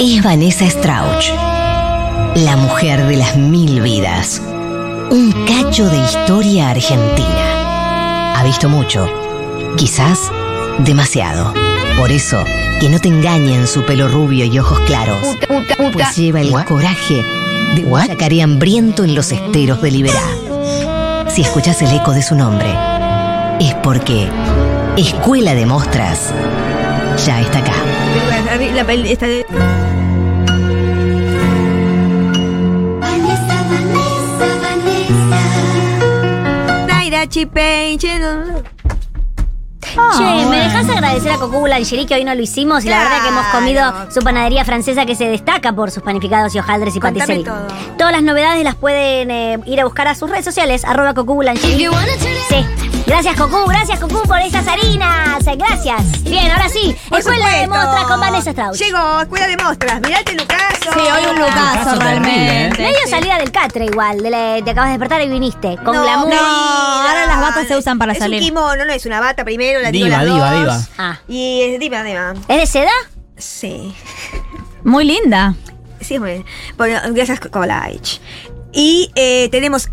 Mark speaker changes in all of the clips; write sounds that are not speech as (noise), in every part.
Speaker 1: Es Vanessa Strauch, la mujer de las mil vidas. Un cacho de historia argentina. Ha visto mucho, quizás demasiado. Por eso, que no te engañen su pelo rubio y ojos claros. Pues lleva el
Speaker 2: What?
Speaker 1: coraje de un
Speaker 2: What?
Speaker 1: yacaré hambriento en los esteros de Liberá. Si escuchas el eco de su nombre, es porque Escuela de Mostras ya está acá.
Speaker 3: La- la- la peli- esta de-
Speaker 4: Vanessa, Vanessa, Vanessa.
Speaker 3: Naira Chipei, che, no, no.
Speaker 5: Che,
Speaker 3: Ah,
Speaker 5: ¿me dejas agradecer a Cocu Boulangeri que hoy no lo hicimos? Y la verdad que hemos comido
Speaker 3: Claro.
Speaker 5: su panadería francesa que se destaca por sus panificados y hojaldres y
Speaker 3: Contame
Speaker 5: patisserie.
Speaker 3: todo.
Speaker 5: Todas las novedades las pueden eh, ir a buscar a sus redes sociales, arroba Cocu Boulangeri. Sí. Gracias, Cocu, gracias, Cocu, por esas harinas. Eh, Gracias. Bien, ahora sí,
Speaker 3: Por
Speaker 5: escuela de
Speaker 3: supuesto.
Speaker 5: mostras con Vanessa Strauss.
Speaker 3: Llegó, escuela de mostras. Mirate, Lucas.
Speaker 6: Sí, hoy un lucaso
Speaker 2: Lucaso terrible,
Speaker 6: realmente.
Speaker 5: Medio salida del catre igual, de la- te acabas de despertar y viniste, con
Speaker 3: No,
Speaker 5: glamour.
Speaker 6: no.
Speaker 3: mira.
Speaker 6: ahora las batas se usan para
Speaker 3: es
Speaker 6: salir.
Speaker 3: Un kimono, no es una bata primero, la digo
Speaker 2: Diva,
Speaker 3: las
Speaker 2: diva,
Speaker 3: dos.
Speaker 2: diva.
Speaker 5: Ah.
Speaker 3: Y es diva, diva.
Speaker 5: ¿Es de seda?
Speaker 3: Sí.
Speaker 6: Muy linda.
Speaker 3: Sí, muy bien. Bueno, gracias, Colaich. Y eh, tenemos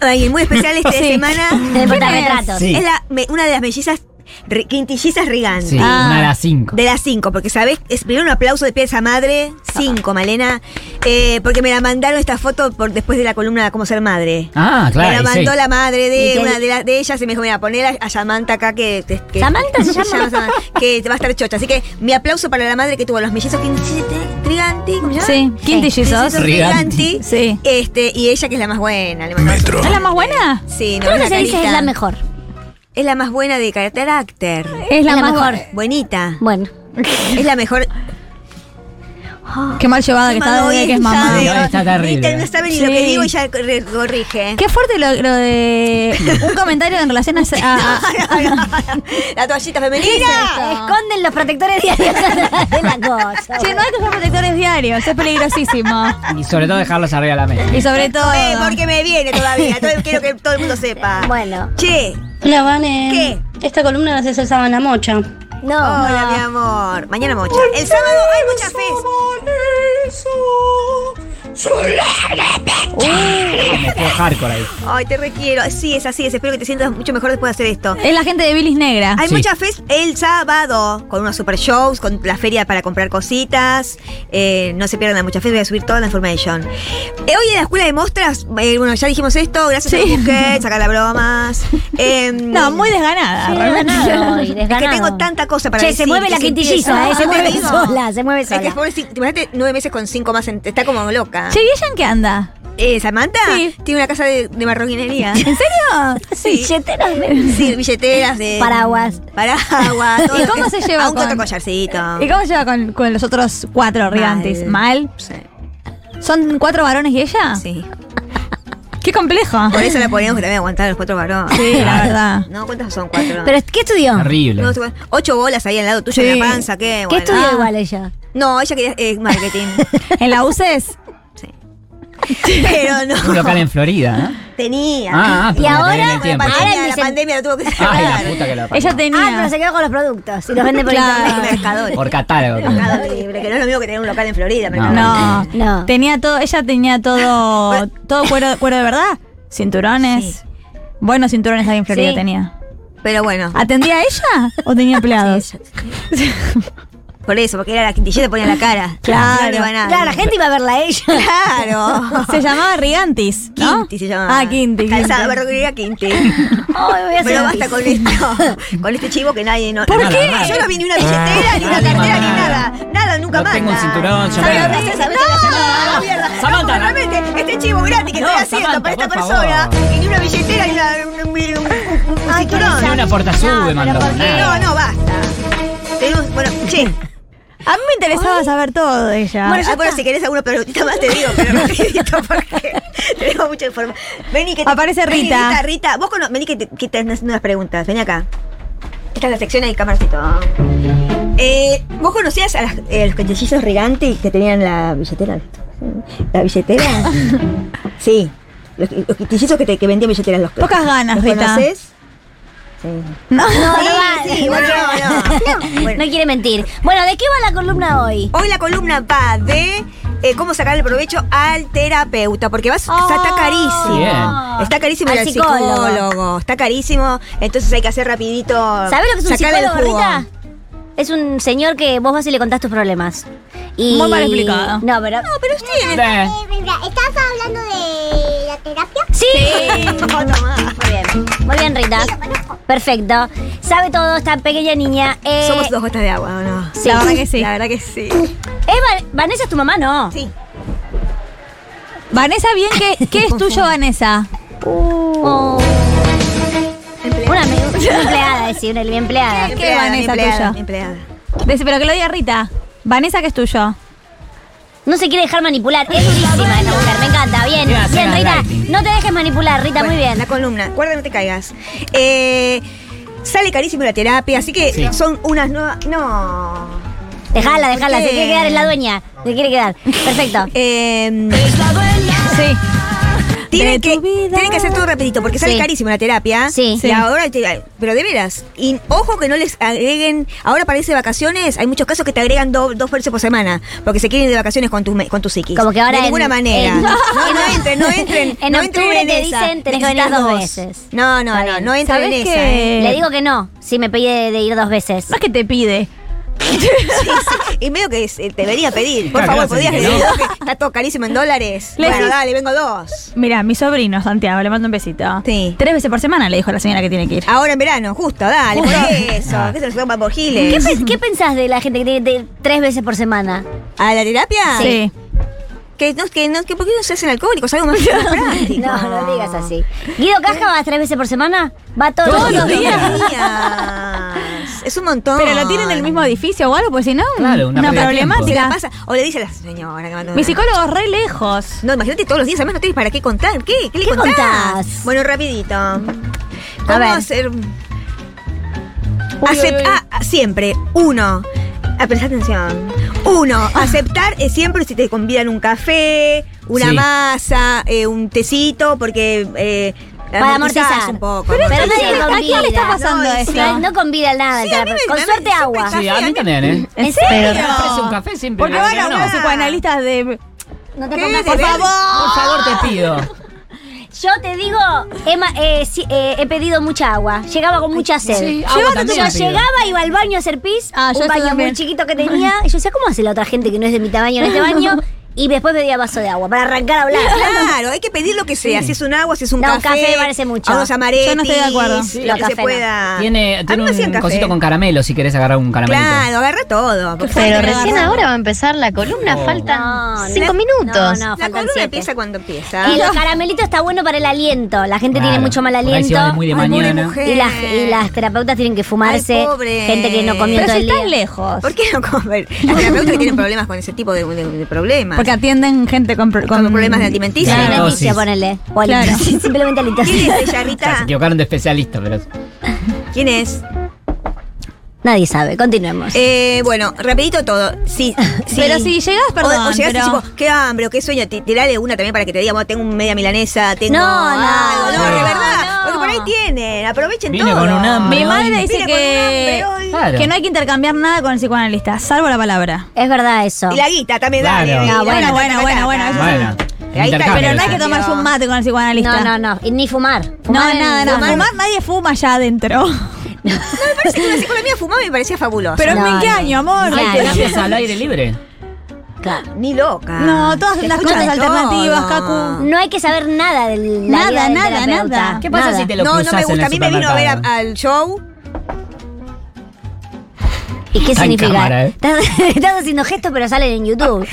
Speaker 3: a alguien muy
Speaker 6: (laughs)
Speaker 3: especial esta
Speaker 6: Sí.
Speaker 3: semana.
Speaker 5: De portarretratos.
Speaker 2: Sí.
Speaker 3: Es la, me- una de las mellizas ri- quintillizas Rigante.
Speaker 2: Sí,
Speaker 6: Ah.
Speaker 2: una de las cinco.
Speaker 3: De las cinco, porque sabés, es primero un aplauso de pieza madre, cinco, Malena, eh, porque me la mandaron esta foto por, después de la columna de Cómo ser madre. me
Speaker 2: Ah,
Speaker 3: la
Speaker 2: claro. y sí.
Speaker 3: mandó la madre
Speaker 5: ¿Y
Speaker 3: de
Speaker 5: qué
Speaker 3: una
Speaker 5: di-
Speaker 3: de, las- de ellas y me dijo, mira, poner a, a Samantha acá que... que- que- (laughs)
Speaker 5: ¿Samantha se llama?
Speaker 3: Samantha, que te va a estar chocha. Así que mi aplauso para la madre que tuvo a los mellizos Quinti- Triganti, ¿cómo se llama?
Speaker 6: Sí, quintillizos.
Speaker 3: Mellizos Triganti.
Speaker 6: Triganti. Sí.
Speaker 3: Este, y ella que es la más buena. Le mandamos
Speaker 7: Metro.
Speaker 6: ¿Es la más buena?
Speaker 3: un- Sí, no,
Speaker 5: Creo que se
Speaker 3: natalista.
Speaker 5: dice es la mejor.
Speaker 3: Es la más buena de carácter.
Speaker 6: Es la,
Speaker 5: Es la
Speaker 6: más
Speaker 5: mejor. (laughs)
Speaker 3: Buenita. (laughs)
Speaker 5: Bueno.
Speaker 3: Es la mejor
Speaker 6: bu- Qué mal llevada que está desde que es mamá.
Speaker 2: Sí, hoy está terrible.
Speaker 3: Viste, No sabe ni lo que
Speaker 6: Sí.
Speaker 3: digo y ya re- corrige.
Speaker 6: Qué fuerte lo, lo de un comentario en relación a... a- a- (laughs)
Speaker 3: La toallita
Speaker 5: Se
Speaker 3: femenina.
Speaker 5: esconden los protectores diarios atrás de la cosa.
Speaker 6: Che, no hay que usar protectores diarios, es peligrosísimo.
Speaker 2: Y sobre todo dejarlos arriba de la mesa.
Speaker 6: Y sobre todo...
Speaker 3: Eh, porque me viene todavía. Todo- quiero que todo el mundo sepa.
Speaker 5: Bueno,
Speaker 3: Che,
Speaker 8: Hola, Vane.
Speaker 3: ¿Qué?
Speaker 8: Esta columna la haces el Sabana Mocha.
Speaker 5: no.
Speaker 3: hola, mi amor. Mañana mocha. El sábado hay mucha fe.
Speaker 2: Me puedo hardcore ahí.
Speaker 3: Ay, te requiero. Sí, es así. es. Espero que te sientas mucho mejor después de hacer esto.
Speaker 6: Es la gente de Bilis Negra.
Speaker 5: Ah,
Speaker 3: Hay
Speaker 2: Sí.
Speaker 3: mucha fe el sábado, con unos super shows, con la feria para comprar cositas. Eh, no se pierdan la mucha fe, voy a subir toda la información. Eh, hoy en la escuela de mostras, eh, bueno, ya dijimos esto, gracias a Busquets, sacar las
Speaker 5: (laughs)
Speaker 3: bromas. Eh,
Speaker 6: No, muy desganada.
Speaker 5: Sí,
Speaker 6: realmente.
Speaker 5: desganado hoy,
Speaker 3: Es que
Speaker 5: desganado.
Speaker 3: tengo tanta cosa para
Speaker 5: Che,
Speaker 3: decir.
Speaker 5: se mueve la
Speaker 3: que
Speaker 5: quintilliza,
Speaker 3: empiezo. (laughs)
Speaker 5: eh, se
Speaker 3: No te
Speaker 5: mueve
Speaker 3: digo.
Speaker 5: sola, se mueve
Speaker 3: Es que
Speaker 5: sola.
Speaker 3: pobre, si- imagínate nueve meses con cinco más, en- está como loca.
Speaker 6: Che, ¿y ella en qué anda?
Speaker 3: Eh, Samantha
Speaker 6: Sí.
Speaker 3: tiene una casa de, de marroquinería.
Speaker 6: ¿En
Speaker 5: Ah,
Speaker 6: serio?
Speaker 3: Sí.
Speaker 5: Billetera de-
Speaker 3: Sí, billeteras de...
Speaker 5: Paraguas.
Speaker 3: Paraguas. todo
Speaker 6: ¿Y
Speaker 3: lo
Speaker 6: cómo
Speaker 3: que-
Speaker 6: se lleva
Speaker 3: Aún con otro
Speaker 6: con-
Speaker 3: collarcito.
Speaker 6: ¿Y cómo se lleva con, con los otros cuatro riantes? ¿Mal?
Speaker 3: Sí.
Speaker 6: ¿Son cuatro varones y ella?
Speaker 3: Sí.
Speaker 6: Qué complejo.
Speaker 3: Por eso la ponemos que también aguantar a los cuatro varones.
Speaker 6: Sí, (laughs) Ah. la verdad.
Speaker 3: No, ¿cuántas son cuatro?
Speaker 5: ¿Pero qué estudió?
Speaker 2: Terrible.
Speaker 3: No, ocho- ocho bolas ahí al lado tuyo
Speaker 6: Sí.
Speaker 3: en la panza, ¿qué?
Speaker 5: ¿Qué
Speaker 3: Bueno.
Speaker 5: estudió
Speaker 3: Ah.
Speaker 5: igual ella?
Speaker 3: No, ella quería eh, marketing.
Speaker 6: ¿En la E UCES?
Speaker 3: Pero no.
Speaker 2: Un local en Florida, ¿no?
Speaker 3: Tenía.
Speaker 2: Ah, ah,
Speaker 5: Y
Speaker 2: porque la
Speaker 5: ahora-
Speaker 2: perdí en el
Speaker 3: La
Speaker 2: tiempo.
Speaker 5: Ahora
Speaker 3: pandemia, la
Speaker 5: dicen-
Speaker 3: pandemia lo tuvo que
Speaker 2: Ay,
Speaker 3: cerrar.
Speaker 2: la puta que la parió.
Speaker 6: Ella tenía.
Speaker 5: Ah, pero se quedó con los productos y los vende por
Speaker 6: Claro.
Speaker 5: internet.
Speaker 3: Mercado
Speaker 2: Por catálogo. creo.
Speaker 3: Mercado Libre, que no es lo mismo que tener un local en Florida.
Speaker 2: No.
Speaker 3: Mercado Libre.
Speaker 6: No,
Speaker 5: No.
Speaker 6: Tenía todo, ella
Speaker 3: (laughs)
Speaker 6: tenía todo, todo cuero, cuero de verdad. Cinturones. Buenos cinturones ahí en Florida
Speaker 5: Sí.
Speaker 6: tenía.
Speaker 3: Pero bueno,
Speaker 6: ¿Atendía a ella
Speaker 3: (laughs)
Speaker 6: o tenía empleados?
Speaker 3: por eso, porque era la quintillera ponía la cara.
Speaker 6: Claro.
Speaker 3: No le van a-
Speaker 5: Claro, la gente iba a verla a ella.
Speaker 6: (laughs)
Speaker 3: Claro.
Speaker 6: Se llamaba Rigantis, ¿no?
Speaker 3: Quinti se llamaba.
Speaker 6: Ah, Quinti.
Speaker 3: Calzada,
Speaker 6: Quinti.
Speaker 3: verdulería Quinti.
Speaker 5: (laughs) Ay, voy a hacer
Speaker 3: Pero
Speaker 5: un
Speaker 3: basta
Speaker 5: pis.
Speaker 3: con esto, con este chivo que nadie no.
Speaker 2: ¿Por
Speaker 3: no,
Speaker 2: qué?
Speaker 3: Yo no vi ni una billetera, ni una cartera, ni nada. Nada, nunca
Speaker 2: No
Speaker 3: más.
Speaker 2: tengo un cinturón, yo
Speaker 3: ¿Sabes
Speaker 2: nada.
Speaker 3: lo que haces? ¿Sabes lo que haces? No, mierda. No,
Speaker 2: Samantha.
Speaker 3: realmente, este chivo gratis que
Speaker 2: No,
Speaker 3: estoy haciendo
Speaker 2: Samantha,
Speaker 3: para esta
Speaker 2: por
Speaker 3: persona,
Speaker 2: favor.
Speaker 3: y ni una billetera, ni una- un- un- un- un- un cinturón.
Speaker 2: Ni una porta
Speaker 5: No,
Speaker 2: sube,
Speaker 5: pero
Speaker 2: mandó.
Speaker 5: ¿por qué?
Speaker 2: nada.
Speaker 3: No, no, basta. Tenemos, bueno, che,
Speaker 6: A mí me interesaba saber todo de ella.
Speaker 3: Ah,
Speaker 6: Ah,
Speaker 3: bueno, si querés alguna pelotita más te digo,
Speaker 6: (laughs)
Speaker 3: pero rapidito porque (laughs) tenemos mucha información. Vení que te-
Speaker 6: Aparece
Speaker 3: vení,
Speaker 6: Rita.
Speaker 3: Rita, Rita, vos cono- vení que te, que te están haciendo unas preguntas, vení acá. Esta es la sección de camarcito. Eh, ¿Vos conocías a las- eh, los cantillizos Riganti que tenían la billetera? ¿La billetera?
Speaker 6: (laughs)
Speaker 3: sí. Los, los quintillizos que, te- que vendían billeteras. Los,
Speaker 6: Pocas ganas,
Speaker 3: ¿los
Speaker 6: Rita.
Speaker 3: conocés?
Speaker 6: no,
Speaker 5: No, no va, sí, bueno,
Speaker 3: no, no.
Speaker 5: no.
Speaker 3: Bueno.
Speaker 5: No quiere mentir. Bueno, ¿de qué va la columna hoy?
Speaker 3: Hoy la columna va de eh, cómo sacar el provecho al terapeuta, porque vas, está, está carísimo.
Speaker 2: Bien.
Speaker 3: Está carísimo
Speaker 5: Ah. Al
Speaker 3: el
Speaker 5: psicólogo.
Speaker 3: psicólogo. está carísimo, entonces hay que hacer rapidito.
Speaker 5: ¿Sabes lo que es un
Speaker 3: sacarle el
Speaker 5: psicólogo,
Speaker 3: Ah, jugo.
Speaker 5: Rita?
Speaker 3: (laughs)
Speaker 5: Es un señor que vos vas y le contás tus problemas. Y...
Speaker 6: Muy mal explicado.
Speaker 5: No, pero. No, pero
Speaker 2: Eh,
Speaker 4: Mira, ¿estás hablando de la terapia?
Speaker 5: Sí. Muy bien. Muy bien, Rita. Perfecto. Sabe todo esta pequeña niña. Eh,
Speaker 3: Somos dos gotas de agua, ¿o no?
Speaker 5: Sí. La verdad que sí.
Speaker 3: La verdad que sí.
Speaker 5: eh, Va- Vanessa es tu mamá, ¿no?
Speaker 3: Sí.
Speaker 6: Vanessa, bien,
Speaker 3: (laughs)
Speaker 6: ¿qué, qué es tuyo, Vanessa?
Speaker 5: Oh. Una, me- una empleada, decir, una empleada.
Speaker 6: ¿Qué, Vanessa,
Speaker 3: mi empleada,
Speaker 6: tuyo?
Speaker 3: mi empleada.
Speaker 6: Dice, pero que lo diga Rita. Vanessa, ¿qué es tuyo?
Speaker 5: No se quiere dejar manipular. Es durísima esta mujer. Me encanta. Bien.
Speaker 2: Quiere hacer
Speaker 5: Bien, Rita.
Speaker 2: gaslighting.
Speaker 5: No te dejes manipular, Rita.
Speaker 3: Bueno,
Speaker 5: Muy bien.
Speaker 3: La columna, guarda, no te caigas. Eh, sale carísimo la terapia, así que
Speaker 2: Sí.
Speaker 3: son unas nuevas. No.
Speaker 5: Dejala,
Speaker 3: ¿Por
Speaker 5: dejala. Se
Speaker 3: qué?
Speaker 5: quiere quedar en la dueña. Se quiere quedar. Perfecto.
Speaker 3: Eh,
Speaker 5: Em,
Speaker 6: Sí.
Speaker 3: tienen,
Speaker 6: tu
Speaker 3: que,
Speaker 6: vida.
Speaker 3: tienen que hacer todo rapidito porque sale
Speaker 5: Sí.
Speaker 3: carísimo la terapia.
Speaker 5: Sí.
Speaker 3: Y
Speaker 5: Sí.
Speaker 3: ahora, te- pero de veras. Y ojo que no les agreguen. Ahora para irse de vacaciones, hay muchos casos que te agregan do- dos veces por semana porque se quieren ir de vacaciones con tus me- con tu psiquis.
Speaker 5: Como que ahora
Speaker 3: De
Speaker 5: en-
Speaker 3: ninguna manera.
Speaker 5: en-
Speaker 3: no, no
Speaker 5: (laughs) en-
Speaker 3: entren, no entren.
Speaker 5: en
Speaker 3: no entren
Speaker 5: octubre
Speaker 3: en
Speaker 5: te
Speaker 3: esa.
Speaker 5: dicen, tenés que venir
Speaker 3: Necesitas
Speaker 5: dos veces.
Speaker 3: No, no,
Speaker 5: Está
Speaker 3: no,
Speaker 5: bien.
Speaker 3: no entren en
Speaker 6: ¿Sabés
Speaker 3: esa. (laughs)
Speaker 6: qué?
Speaker 3: eh.
Speaker 5: Le digo que no. Si me pide de ir dos veces.
Speaker 6: No es que te pide.
Speaker 3: Sí, sí. Y medio que se- te venía a pedir. Por
Speaker 2: Claro,
Speaker 3: favor,
Speaker 2: claro,
Speaker 3: podías
Speaker 2: sí,
Speaker 3: decir
Speaker 2: ¿no?
Speaker 3: dos, que está todo carísimo en dólares.
Speaker 6: Le
Speaker 3: bueno,
Speaker 6: decís-
Speaker 3: dale, vengo dos.
Speaker 6: Mira, mi sobrino, Santiago, le mando un besito.
Speaker 3: Sí. Ah,
Speaker 6: Tres veces por semana le dijo a la señora que tiene que ir.
Speaker 3: Ahora en verano, justo, dale, por eso.
Speaker 2: Ah.
Speaker 3: Que se nos toma por
Speaker 5: ¿Qué,
Speaker 3: Giles.
Speaker 5: pens- qué pensás de la gente que tiene que ir tres veces por semana?
Speaker 3: ¿A la terapia?
Speaker 6: Sí.
Speaker 3: Que, no, que, no, que ¿Por qué no se hacen alcohólicos? Algo más
Speaker 6: (laughs)
Speaker 3: práctico.
Speaker 5: No, no digas así. Guido Caja va tres veces por semana. Va todos, los días.
Speaker 3: días. Es un montón.
Speaker 6: Pero lo tienen en el mismo edificio o algo, pues si no,
Speaker 2: Claro, una pues.
Speaker 6: una,
Speaker 2: pérdida de
Speaker 3: Se la
Speaker 6: problemática.
Speaker 3: pasa. O le dice a la señora que mandó-
Speaker 6: Mi psicólogo es re lejos.
Speaker 3: No, imagínate todos los días, además no tienes para qué contar. ¿Qué? ¿Qué le
Speaker 5: ¿Qué
Speaker 3: contás?
Speaker 5: contás?
Speaker 3: Bueno, rapidito. ¿Cómo
Speaker 5: ver.
Speaker 3: hacer? Acep- ah, siempre, uno. A prestar atención. Uno,
Speaker 5: Ah.
Speaker 3: aceptar es siempre si te convidan un café, una
Speaker 2: Sí.
Speaker 3: masa, eh, un tecito, porque eh,
Speaker 5: Para
Speaker 3: amortizás
Speaker 5: amortizar.
Speaker 3: un poco.
Speaker 5: Pero,
Speaker 3: amortizás.
Speaker 5: nadie
Speaker 6: ¿a
Speaker 5: convida.
Speaker 6: quién le está pasando
Speaker 5: no,
Speaker 6: esto?
Speaker 5: No, no convida nada. el
Speaker 3: Sí, a mí
Speaker 5: terapeuta.
Speaker 3: me-
Speaker 5: Con
Speaker 3: a mí
Speaker 5: suerte
Speaker 3: siempre
Speaker 5: agua.
Speaker 3: está-
Speaker 2: Sí, a mí también, ¿eh?
Speaker 5: ¿En
Speaker 2: Pero
Speaker 5: serio?
Speaker 2: te ofrece un café siempre.
Speaker 6: Porque
Speaker 2: me
Speaker 6: van
Speaker 2: dice
Speaker 6: a
Speaker 2: que no.
Speaker 6: unos psicoanalistas de.
Speaker 5: No te
Speaker 3: ¿Qué?
Speaker 5: pongas
Speaker 3: ¿De
Speaker 5: por
Speaker 3: verdad?
Speaker 5: favor.
Speaker 2: Por favor, te pido.
Speaker 5: Yo te digo, Emma, eh, sí, eh, he pedido mucha agua. Llegaba con mucha sed.
Speaker 2: Sí, agua
Speaker 5: yo
Speaker 2: también pido.
Speaker 5: llegaba, iba al baño a hacer pis,
Speaker 6: Ah, yo
Speaker 5: un
Speaker 6: eso
Speaker 5: baño muy
Speaker 6: también.
Speaker 5: chiquito que tenía. Y yo decía, ¿cómo hace la otra gente que no es de mi tamaño en este baño? Y después pedía vaso de agua para arrancar a hablar.
Speaker 3: Claro, hay que pedir lo que sea, si es un agua, si es un
Speaker 5: No,
Speaker 3: café.
Speaker 5: un café me parece mucho.
Speaker 3: A unos amaretis.
Speaker 6: Yo no estoy de acuerdo.
Speaker 2: Sí.
Speaker 5: No,
Speaker 3: Lo que
Speaker 5: café
Speaker 3: se
Speaker 5: no.
Speaker 3: pueda. Ah. A
Speaker 2: Tiene,
Speaker 3: mí
Speaker 2: tiene
Speaker 3: me hacían
Speaker 2: un
Speaker 3: café.
Speaker 2: cosito con caramelo si querés agarrar un caramelito.
Speaker 3: Claro, agarra todo. porque
Speaker 7: Pero
Speaker 3: falta-
Speaker 7: recién ahora va a empezar la columna,
Speaker 2: Oh.
Speaker 7: faltan
Speaker 5: No, no,
Speaker 7: cinco minutos.
Speaker 5: no, no.
Speaker 3: La
Speaker 5: faltan
Speaker 3: columna
Speaker 5: siete.
Speaker 3: empieza cuando empieza.
Speaker 5: El caramelito está bueno para el aliento. La gente tiene
Speaker 2: Claro.
Speaker 5: mucho mal
Speaker 2: Por ahí si
Speaker 5: aliento.
Speaker 2: vas muy de
Speaker 3: Ay, pobre
Speaker 2: mañana.
Speaker 3: mujer.
Speaker 5: Y las, y las terapeutas tienen que fumarse.
Speaker 3: Ay, pobre.
Speaker 5: Gente que no comió
Speaker 6: Pero
Speaker 5: todo
Speaker 6: si
Speaker 5: el día.
Speaker 6: están lejos.
Speaker 3: ¿Por qué no comer? Las terapeutas que tienen problemas con ese tipo de, de- de problemas.
Speaker 6: Porque atienden gente con, pro-
Speaker 3: con problemas de alimenticios.
Speaker 2: Claro.
Speaker 5: Alimenticia,
Speaker 2: Dosis.
Speaker 5: ponele. O
Speaker 6: Claro.
Speaker 5: alimenticia, (laughs) Simplemente
Speaker 3: ¿Quién
Speaker 5: alimenticia.
Speaker 3: es ella,
Speaker 2: O sea, se
Speaker 3: Rita?
Speaker 2: equivocaron de especialista, pero.
Speaker 3: ¿Quién es?
Speaker 5: Nadie sabe. Continuemos.
Speaker 3: Eh, bueno, rapidito todo. Sí, sí.
Speaker 6: Pero si llegas,
Speaker 3: O-
Speaker 6: perdón.
Speaker 3: O, llegaste
Speaker 6: pero-
Speaker 3: tipo, qué hambre o qué sueño. Ti- Tirale una también para que te diga, bueno, tengo un media milanesa, tengo
Speaker 5: No, no,
Speaker 3: algo. No,
Speaker 2: no,
Speaker 3: de verdad.
Speaker 5: no.
Speaker 3: Porque por ahí tienen. Aprovechen
Speaker 2: Vine
Speaker 3: todo.
Speaker 2: con un hambre.
Speaker 6: Mi madre dice
Speaker 3: Vine con
Speaker 6: que,
Speaker 3: un hambre hoy.
Speaker 2: Claro.
Speaker 6: que no hay que intercambiar nada con el psicoanalista, salvo la palabra.
Speaker 5: Es verdad eso.
Speaker 3: Y la guita también, dale. Ah,
Speaker 2: Claro.
Speaker 3: dale,
Speaker 5: No,
Speaker 3: dale,
Speaker 5: bueno,
Speaker 3: dale,
Speaker 6: bueno,
Speaker 3: dale,
Speaker 6: bueno,
Speaker 3: dale.
Speaker 6: bueno,
Speaker 2: Bueno.
Speaker 3: Ahí está,
Speaker 2: intercambio,
Speaker 6: Pero no hay
Speaker 2: sí.
Speaker 6: que tomarse un mate con el psicoanalista.
Speaker 5: No, no, no. Y ni fumar.
Speaker 6: No,
Speaker 5: Fumar en-
Speaker 6: nada, nada.
Speaker 5: fumar-
Speaker 6: Fumar nadie fuma allá adentro.
Speaker 3: No, me parece que una psicóloga mía fumaba y me parecía fabulosa.
Speaker 6: Pero
Speaker 5: No,
Speaker 6: ¿en qué
Speaker 5: no.
Speaker 6: año, amor?
Speaker 5: Claro.
Speaker 2: ¿Terapias al aire libre?
Speaker 5: Claro.
Speaker 3: ni loca.
Speaker 6: No, todas
Speaker 3: Se
Speaker 6: las
Speaker 3: escucha
Speaker 6: cosas
Speaker 3: de todo.
Speaker 6: alternativas, Cacu.
Speaker 5: No hay que saber nada del la
Speaker 6: Ah. Nada,
Speaker 5: vida del
Speaker 6: nada,
Speaker 5: terapeuta.
Speaker 6: nada.
Speaker 2: ¿Qué pasa
Speaker 5: Nada.
Speaker 2: si te lo
Speaker 3: No, no
Speaker 2: cruzás
Speaker 3: me
Speaker 2: en el
Speaker 3: gusta. A mí me vino a ver
Speaker 2: supermercado?
Speaker 3: a- al show.
Speaker 5: ¿Y qué
Speaker 2: Está en
Speaker 5: significa?
Speaker 2: cámara, ¿eh?
Speaker 5: estás, (laughs) estás haciendo gestos, pero salen en YouTube.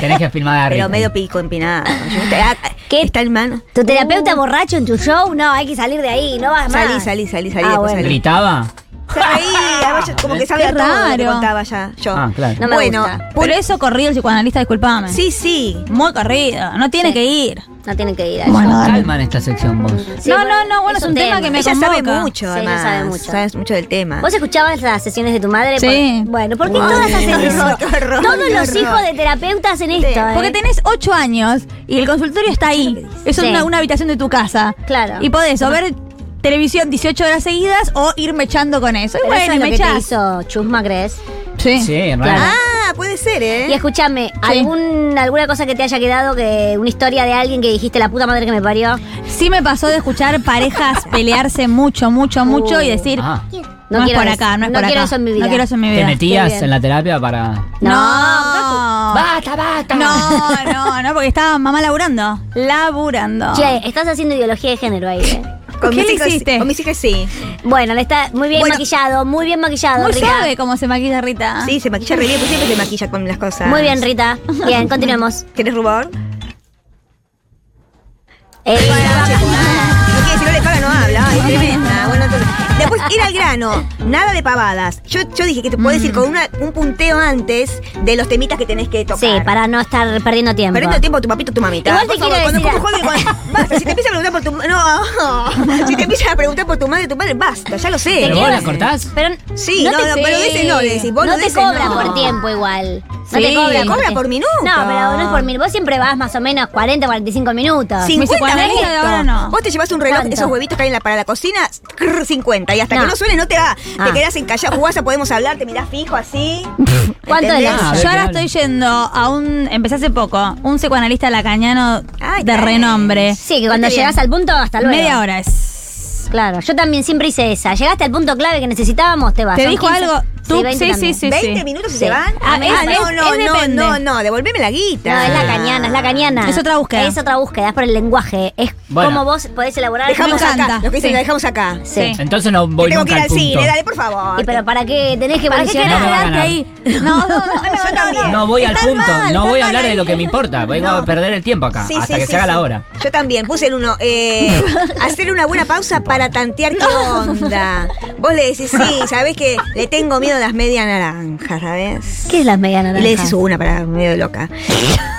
Speaker 2: Tenés que filmar
Speaker 3: (laughs)
Speaker 2: a
Speaker 3: Pero
Speaker 2: Rita.
Speaker 3: medio pico empinado. Yo te- ah,
Speaker 5: ¿Qué?
Speaker 3: Está en mano.
Speaker 5: ¿Tu terapeuta
Speaker 6: Uh.
Speaker 5: borracho en tu show? No, hay que salir de ahí. No vas
Speaker 3: Salí,
Speaker 5: más.
Speaker 3: salí, salí, salí.
Speaker 5: Ah,
Speaker 3: después
Speaker 5: bueno.
Speaker 3: salí.
Speaker 2: ¿Gritaba?
Speaker 3: Se reía, además yo- como que sabía
Speaker 6: Qué
Speaker 3: todo lo que
Speaker 6: raro.
Speaker 3: contaba ya yo.
Speaker 2: Ah, claro.
Speaker 5: No me
Speaker 3: bueno,
Speaker 5: gusta.
Speaker 3: por-
Speaker 6: Por eso corrido el psicoanalista, disculpame.
Speaker 3: sí, sí.
Speaker 6: Muy corrido, no tiene que ir.
Speaker 5: No tienen que ir a eso.
Speaker 6: Bueno, dale.
Speaker 2: Calma en esta sección vos.
Speaker 5: Sí,
Speaker 6: no, no, no, bueno, es un tema que me
Speaker 3: Ella sabe
Speaker 6: convoca.
Speaker 3: mucho,
Speaker 5: Sí, ella
Speaker 3: además.
Speaker 5: sabe mucho.
Speaker 3: Sabes mucho del tema.
Speaker 5: ¿Vos escuchabas las sesiones de tu madre?
Speaker 6: Sí.
Speaker 5: Por- Bueno, ¿por qué
Speaker 3: Wow.
Speaker 5: todas hacen
Speaker 3: Qué
Speaker 5: eso?
Speaker 3: horror, qué horror,
Speaker 5: Todos
Speaker 3: qué
Speaker 5: los
Speaker 3: horror.
Speaker 5: hijos de terapeutas hacen esto. ¿eh?
Speaker 6: Porque tenés ocho años y el consultorio está ahí. Eso
Speaker 5: Sí.
Speaker 6: es una, una habitación de tu casa.
Speaker 5: Claro.
Speaker 6: Y podés o ver televisión 18 horas seguidas o ir mechando con eso. Y
Speaker 5: Pero
Speaker 6: bueno,
Speaker 5: eso es
Speaker 6: y
Speaker 5: lo que te
Speaker 6: mechás.
Speaker 5: hizo Chusma, ¿crees?
Speaker 6: Sí.
Speaker 2: Sí, en realidad.
Speaker 3: Ah, puede ser, ¿eh?
Speaker 5: Y escúchame, ¿algún, ¿alguna cosa que te haya quedado, que una historia de alguien que dijiste la puta madre que me parió?
Speaker 6: Sí me pasó de escuchar parejas
Speaker 5: (laughs)
Speaker 6: pelearse mucho, mucho, mucho y decir,
Speaker 2: Ah,
Speaker 6: no, es
Speaker 5: Uh. quiero
Speaker 6: por
Speaker 5: eso.
Speaker 6: acá, no es por acá.
Speaker 5: quiero eso en mi vida.
Speaker 6: No quiero eso en mi vida.
Speaker 2: ¿Te metías
Speaker 5: bien.
Speaker 2: en la terapia para.?
Speaker 6: No,
Speaker 2: ¡Basta, basta!
Speaker 6: no, no, no, porque estaba mamá laburando. Laburando.
Speaker 5: Che, estás haciendo ideología de género ahí. eh.
Speaker 3: Con
Speaker 6: ¿Qué
Speaker 3: mis
Speaker 6: le
Speaker 3: hijos sí-
Speaker 6: hiciste?
Speaker 3: Con mis hijos sí.
Speaker 5: Bueno, le está muy bien
Speaker 3: Bueno.
Speaker 5: maquillado, muy bien maquillado,
Speaker 6: Muy
Speaker 5: Rita.
Speaker 6: suave cómo se maquilla Rita.
Speaker 3: Sí, se maquilla re bien, pues siempre se maquilla con las cosas.
Speaker 5: Ah. Muy bien, Rita. Bien, continuemos.
Speaker 3: (laughs) ¿Querés rubor?
Speaker 5: Eh,
Speaker 3: No quiere decir, no le paga, no habla.
Speaker 5: (laughs)
Speaker 3: Ay, tremenda. Bueno, entonces, después, ir al grano. Nada de pavadas. Yo, yo dije que te puedes
Speaker 5: Mm.
Speaker 3: ir con una- un punteo antes de los temitas que tenés que tocar.
Speaker 5: sí, para no estar perdiendo tiempo.
Speaker 3: Perdiendo tiempo a tu papito o tu mamita.
Speaker 5: Igual te
Speaker 3: Por favor,
Speaker 5: quiero
Speaker 3: cuando,
Speaker 5: decir-
Speaker 3: como joven, cuando- basta, si te empiezan a preguntar por tu... No, (laughs) si te empiezan a preguntar por tu madre tu padre, basta, ya lo sé.
Speaker 2: ¿Pero vos
Speaker 5: quiero-
Speaker 2: la cortás?
Speaker 5: Pero
Speaker 3: Sí,
Speaker 5: no
Speaker 3: no,
Speaker 5: te-
Speaker 3: no, pero de ese no, le decís. Vos
Speaker 5: no
Speaker 3: lo de
Speaker 5: te
Speaker 3: ese
Speaker 5: cobra
Speaker 3: no.
Speaker 5: por tiempo igual. No te
Speaker 3: Sí,
Speaker 5: cobra,
Speaker 3: cobra
Speaker 5: tie-
Speaker 3: por minuto.
Speaker 5: No, pero no es por minuto. Vos siempre vas más o menos 40, 45 minutos.
Speaker 6: Ah, Me dice,
Speaker 3: 50
Speaker 6: cuando es
Speaker 3: minutos.
Speaker 6: de ahora, no.
Speaker 3: Vos te llevas un reloj,
Speaker 5: ¿Cuánto?
Speaker 3: esos huevitos que hay en la, para la cocina, crrr, 50. Y hasta
Speaker 5: No.
Speaker 3: que no suene, no te va.
Speaker 5: Ah.
Speaker 3: Te quedás encallado, jugás, a podemos hablar, te mirás fijo así.
Speaker 6: (laughs)
Speaker 5: ¿Cuánto de
Speaker 3: ¿Entendés?
Speaker 5: la-
Speaker 2: A ver,
Speaker 6: Yo ahora
Speaker 2: dale.
Speaker 6: estoy yendo a un, empecé hace poco, un psicoanalista lacañano
Speaker 3: Ay,
Speaker 6: de
Speaker 3: qué
Speaker 6: renombre.
Speaker 5: Sí, que cuando
Speaker 3: Está
Speaker 5: llegas
Speaker 3: bien.
Speaker 5: al punto, hasta luego.
Speaker 6: Media hora es.
Speaker 5: Claro, yo también siempre hice esa. Llegaste al punto clave que necesitábamos, te vas.
Speaker 6: ¿Te
Speaker 5: Son
Speaker 6: dijo
Speaker 5: 15.
Speaker 6: algo? Tú-
Speaker 5: 20
Speaker 6: sí, sí,
Speaker 5: también.
Speaker 6: sí, sí.
Speaker 3: ¿20 minutos y se van?
Speaker 6: Ah, es-
Speaker 3: no,
Speaker 6: es-
Speaker 3: no,
Speaker 6: es
Speaker 3: no,
Speaker 6: depende.
Speaker 3: no, no, devolveme la guita.
Speaker 5: No, es la cañana, es la cañana.
Speaker 6: Es otra búsqueda.
Speaker 5: Es otra búsqueda, es por el lenguaje. Es
Speaker 2: Bueno.
Speaker 5: cómo vos podés elaborar.
Speaker 3: Dejamos
Speaker 6: Me
Speaker 3: acá,
Speaker 6: encanta.
Speaker 3: lo que dicen,
Speaker 6: Sí.
Speaker 3: la dejamos acá.
Speaker 5: Sí.
Speaker 6: Sí.
Speaker 2: Entonces no voy
Speaker 3: Tengo que
Speaker 2: nunca
Speaker 3: ir al
Speaker 2: punto.
Speaker 3: cine, dale, por favor.
Speaker 5: Y pero ¿para qué tenés que
Speaker 6: ¿Para qué querés
Speaker 2: No me va a
Speaker 5: evolucionar?
Speaker 6: quedarte
Speaker 2: ganar.
Speaker 6: ahí? No, no, no, no,
Speaker 3: Yo también.
Speaker 2: No voy al
Speaker 6: Estás
Speaker 2: punto,
Speaker 6: mal,
Speaker 2: no
Speaker 6: estás
Speaker 2: voy a
Speaker 6: mal
Speaker 2: hablar de
Speaker 6: ahí.
Speaker 2: lo que me importa, vengo
Speaker 3: No.
Speaker 2: a perder el tiempo acá,
Speaker 3: Sí,
Speaker 2: Ah, hasta
Speaker 3: sí,
Speaker 2: que
Speaker 3: sí,
Speaker 2: se haga
Speaker 3: sí.
Speaker 2: la hora.
Speaker 3: Yo también puse el uno.
Speaker 2: (laughs)
Speaker 3: eh, hacer una buena pausa para tantear qué onda. Vos le decís, sí, sabés que le tengo miedo a las medias naranjas, ¿sabés?
Speaker 5: ¿Qué es la media naranja?
Speaker 3: Y le decís una para medio de loca.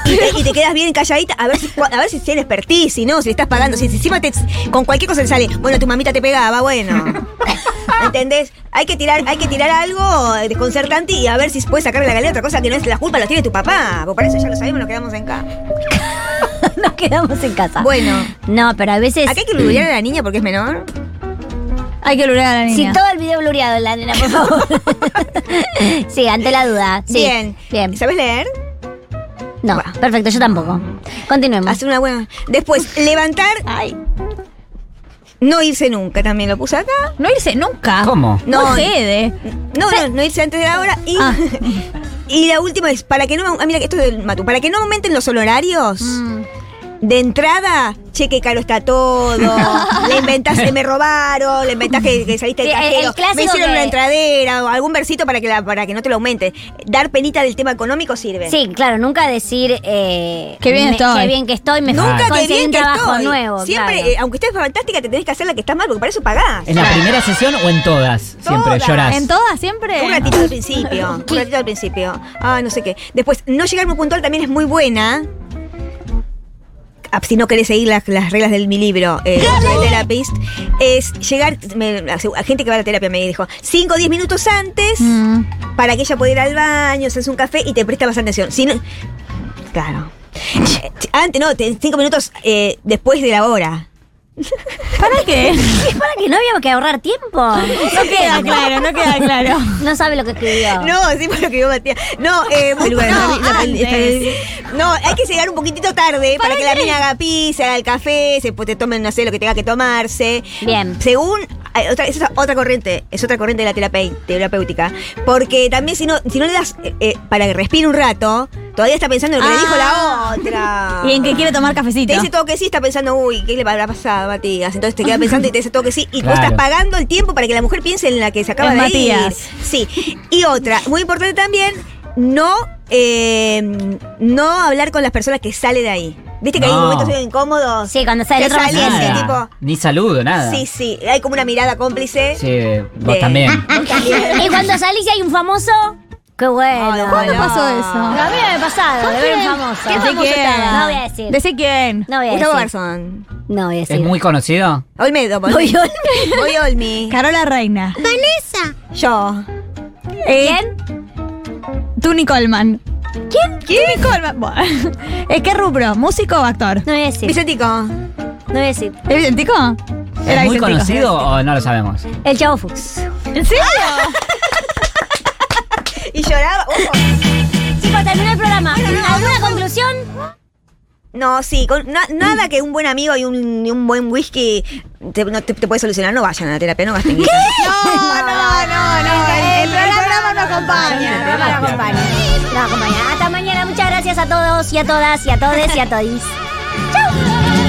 Speaker 3: Y te, y te quedas bien calladita a ver si, cua- a ver si tienes expertise, si no, si le estás pagando. Si encima te, con cualquier cosa te sale, bueno, tu mamita te pegaba, bueno.
Speaker 2: (laughs)
Speaker 3: ¿Entendés? Hay que tirar, hay que tirar algo desconcertante y a ver si puedes sacarle la galera otra cosa que no es la culpa, la tiene tu papá. Por eso ya lo sabemos, nos quedamos en casa.
Speaker 5: (laughs) Nos quedamos en casa.
Speaker 3: Bueno.
Speaker 5: No, pero a veces.
Speaker 3: ¿Acá hay que
Speaker 5: (laughs)
Speaker 3: blurear a la niña porque es menor?
Speaker 6: Hay que lurar a la
Speaker 5: Si
Speaker 6: niña.
Speaker 5: todo el video blureado, la nena, por
Speaker 6: (laughs)
Speaker 5: favor. sí, ante la duda. Sí.
Speaker 3: Bien.
Speaker 5: Bien.
Speaker 3: ¿Sabes leer?
Speaker 5: No,
Speaker 3: Bueno.
Speaker 5: perfecto, yo tampoco. Continuemos.
Speaker 3: Hacer una buena. Después, levantar.
Speaker 5: Ay.
Speaker 3: No irse nunca, también lo puse acá.
Speaker 6: No irse nunca.
Speaker 2: ¿Cómo?
Speaker 6: No,
Speaker 3: No.
Speaker 6: jede.
Speaker 3: No, no, no irse antes de la hora. Y,
Speaker 6: Ah.
Speaker 3: (laughs) y la última es, para que no. Ah, mira, esto es del Matu. Para que no aumenten los honorarios.
Speaker 5: Mm.
Speaker 3: De entrada, che, que caro está
Speaker 5: (laughs)
Speaker 3: todo. Le inventás, que me robaron, le inventás que, que saliste del
Speaker 5: Sí, el- el
Speaker 3: cajero.
Speaker 5: clásico
Speaker 3: me hicieron
Speaker 5: que-
Speaker 3: una entradera o algún versito para que, la- para que no te lo aumente. Dar penita del tema económico sirve.
Speaker 5: Sí, claro, nunca decir. Eh,
Speaker 6: Qué bien
Speaker 5: me-
Speaker 6: estoy.
Speaker 5: Qué bien que estoy, me
Speaker 3: Nunca que
Speaker 5: conseguí
Speaker 3: bien
Speaker 5: un
Speaker 3: que
Speaker 5: trabajo
Speaker 3: estoy.
Speaker 5: nuevo.
Speaker 3: Siempre,
Speaker 5: claro.
Speaker 3: eh, aunque estés fantástica, te tenés que hacer la que está mal, porque para eso pagás.
Speaker 2: ¿En la primera sesión o en todas? Siempre
Speaker 3: Todas.
Speaker 2: llorás.
Speaker 6: ¿En todas siempre?
Speaker 3: Un ratito al principio, un ratito al principio. Ah, no sé qué. Después, no llegar muy puntual también es muy buena. Ah, Si no querés seguir las, las reglas del mi libro, eh, de Therapist, es llegar. me- a gente que va a la terapia me dijo 5 o 10 minutos antes
Speaker 6: Mm.
Speaker 3: para que ella pueda ir al baño, hacerse un café y te presta más atención. Si no, claro. Antes, no, 5 minutos eh, después de la hora.
Speaker 6: ¿Para qué?
Speaker 5: ¿Para que no habíamos que ahorrar tiempo?
Speaker 3: (laughs)
Speaker 6: No queda claro, no queda claro.
Speaker 5: No sabe lo que
Speaker 3: (laughs)
Speaker 5: escribió.
Speaker 3: No, sí, por lo que yo Matías. No, eh, muy- no, antes. no, hay que llegar un poquitito tarde para, que la mina haga pizza, haga el café, se pues, te tomen, no sé, lo que tenga que tomarse.
Speaker 5: Bien.
Speaker 3: Según. eh, Otra, esa es otra corriente, es otra corriente de la terapei- terapéutica. Porque también si no, si no le das eh, eh, para que respire un rato, todavía está pensando en lo que le dijo
Speaker 6: Ah.
Speaker 3: la otra.
Speaker 6: (laughs) Y en que quiere tomar cafecito.
Speaker 3: Te dice todo que sí, está pensando, uy, ¿qué le habrá pasado, Matías? Entonces te
Speaker 2: (laughs)
Speaker 3: queda pensando y te dice todo que sí. Y
Speaker 2: Claro.
Speaker 3: tú estás pagando el tiempo para que la mujer piense en la que se acaba
Speaker 6: En
Speaker 3: de
Speaker 6: Matías.
Speaker 3: ir. Sí. Y otra, muy importante también, no, eh, no hablar con las personas que salen de ahí. Viste que hay
Speaker 2: No.
Speaker 3: momentos medio incómodos.
Speaker 5: Sí, cuando sale
Speaker 3: Que
Speaker 5: el otro
Speaker 3: sale
Speaker 5: paciente.
Speaker 3: ese
Speaker 2: Nada.
Speaker 3: este tipo-
Speaker 2: Ni saludo, nada.
Speaker 3: Sí, sí. Hay como una mirada cómplice.
Speaker 2: Sí, vos
Speaker 3: De- (laughs)
Speaker 2: también. (laughs)
Speaker 5: Y cuando salís y hay un famoso, qué bueno.
Speaker 3: Ay,
Speaker 6: ¿Cuándo
Speaker 3: no.
Speaker 6: pasó eso?
Speaker 5: A mí me ha pasado de ver un famoso.
Speaker 6: ¿Qué famoso estaba?
Speaker 5: No voy a decir.
Speaker 6: ¿Decí quién?
Speaker 5: No voy a
Speaker 3: Gustavo
Speaker 5: decir.
Speaker 3: Garzón.
Speaker 5: No voy a decir.
Speaker 2: ¿Es muy conocido?
Speaker 3: Olmedo, por
Speaker 5: Voy Olmedo.
Speaker 3: Voy Olmi.
Speaker 6: Carola Reina. Eh,
Speaker 3: Yo.
Speaker 5: ¿Quién?
Speaker 6: Tuni Coleman. ¿Quién? Tuni Coleman. Bueno. (laughs) ¿Eh, ¿Qué rubro? ¿Músico o actor?
Speaker 5: No voy a decir.
Speaker 3: Vicentico.
Speaker 5: No voy a decir.
Speaker 6: ¿Es idéntico? Era
Speaker 2: ¿Es muy
Speaker 6: Vicentico.
Speaker 2: conocido o no lo sabemos?
Speaker 5: El Chavo Fuchs.
Speaker 6: ¿En serio?
Speaker 3: Y lloraba. ojo.
Speaker 5: Chicos, terminó el programa.
Speaker 3: Bueno, no,
Speaker 5: ¿Alguna conclusión?
Speaker 3: No, sí, con, na- nada que un buen amigo y un, y un buen whisky te, no, te, te puede solucionar. No vayan a la terapia, no gasten guita. No, no, no, no. El, programa no acompaña.
Speaker 5: No, no nos acompaña. No acompaña. Hasta mañana. Muchas gracias a todos y a todas y a todes y a todis. Chau.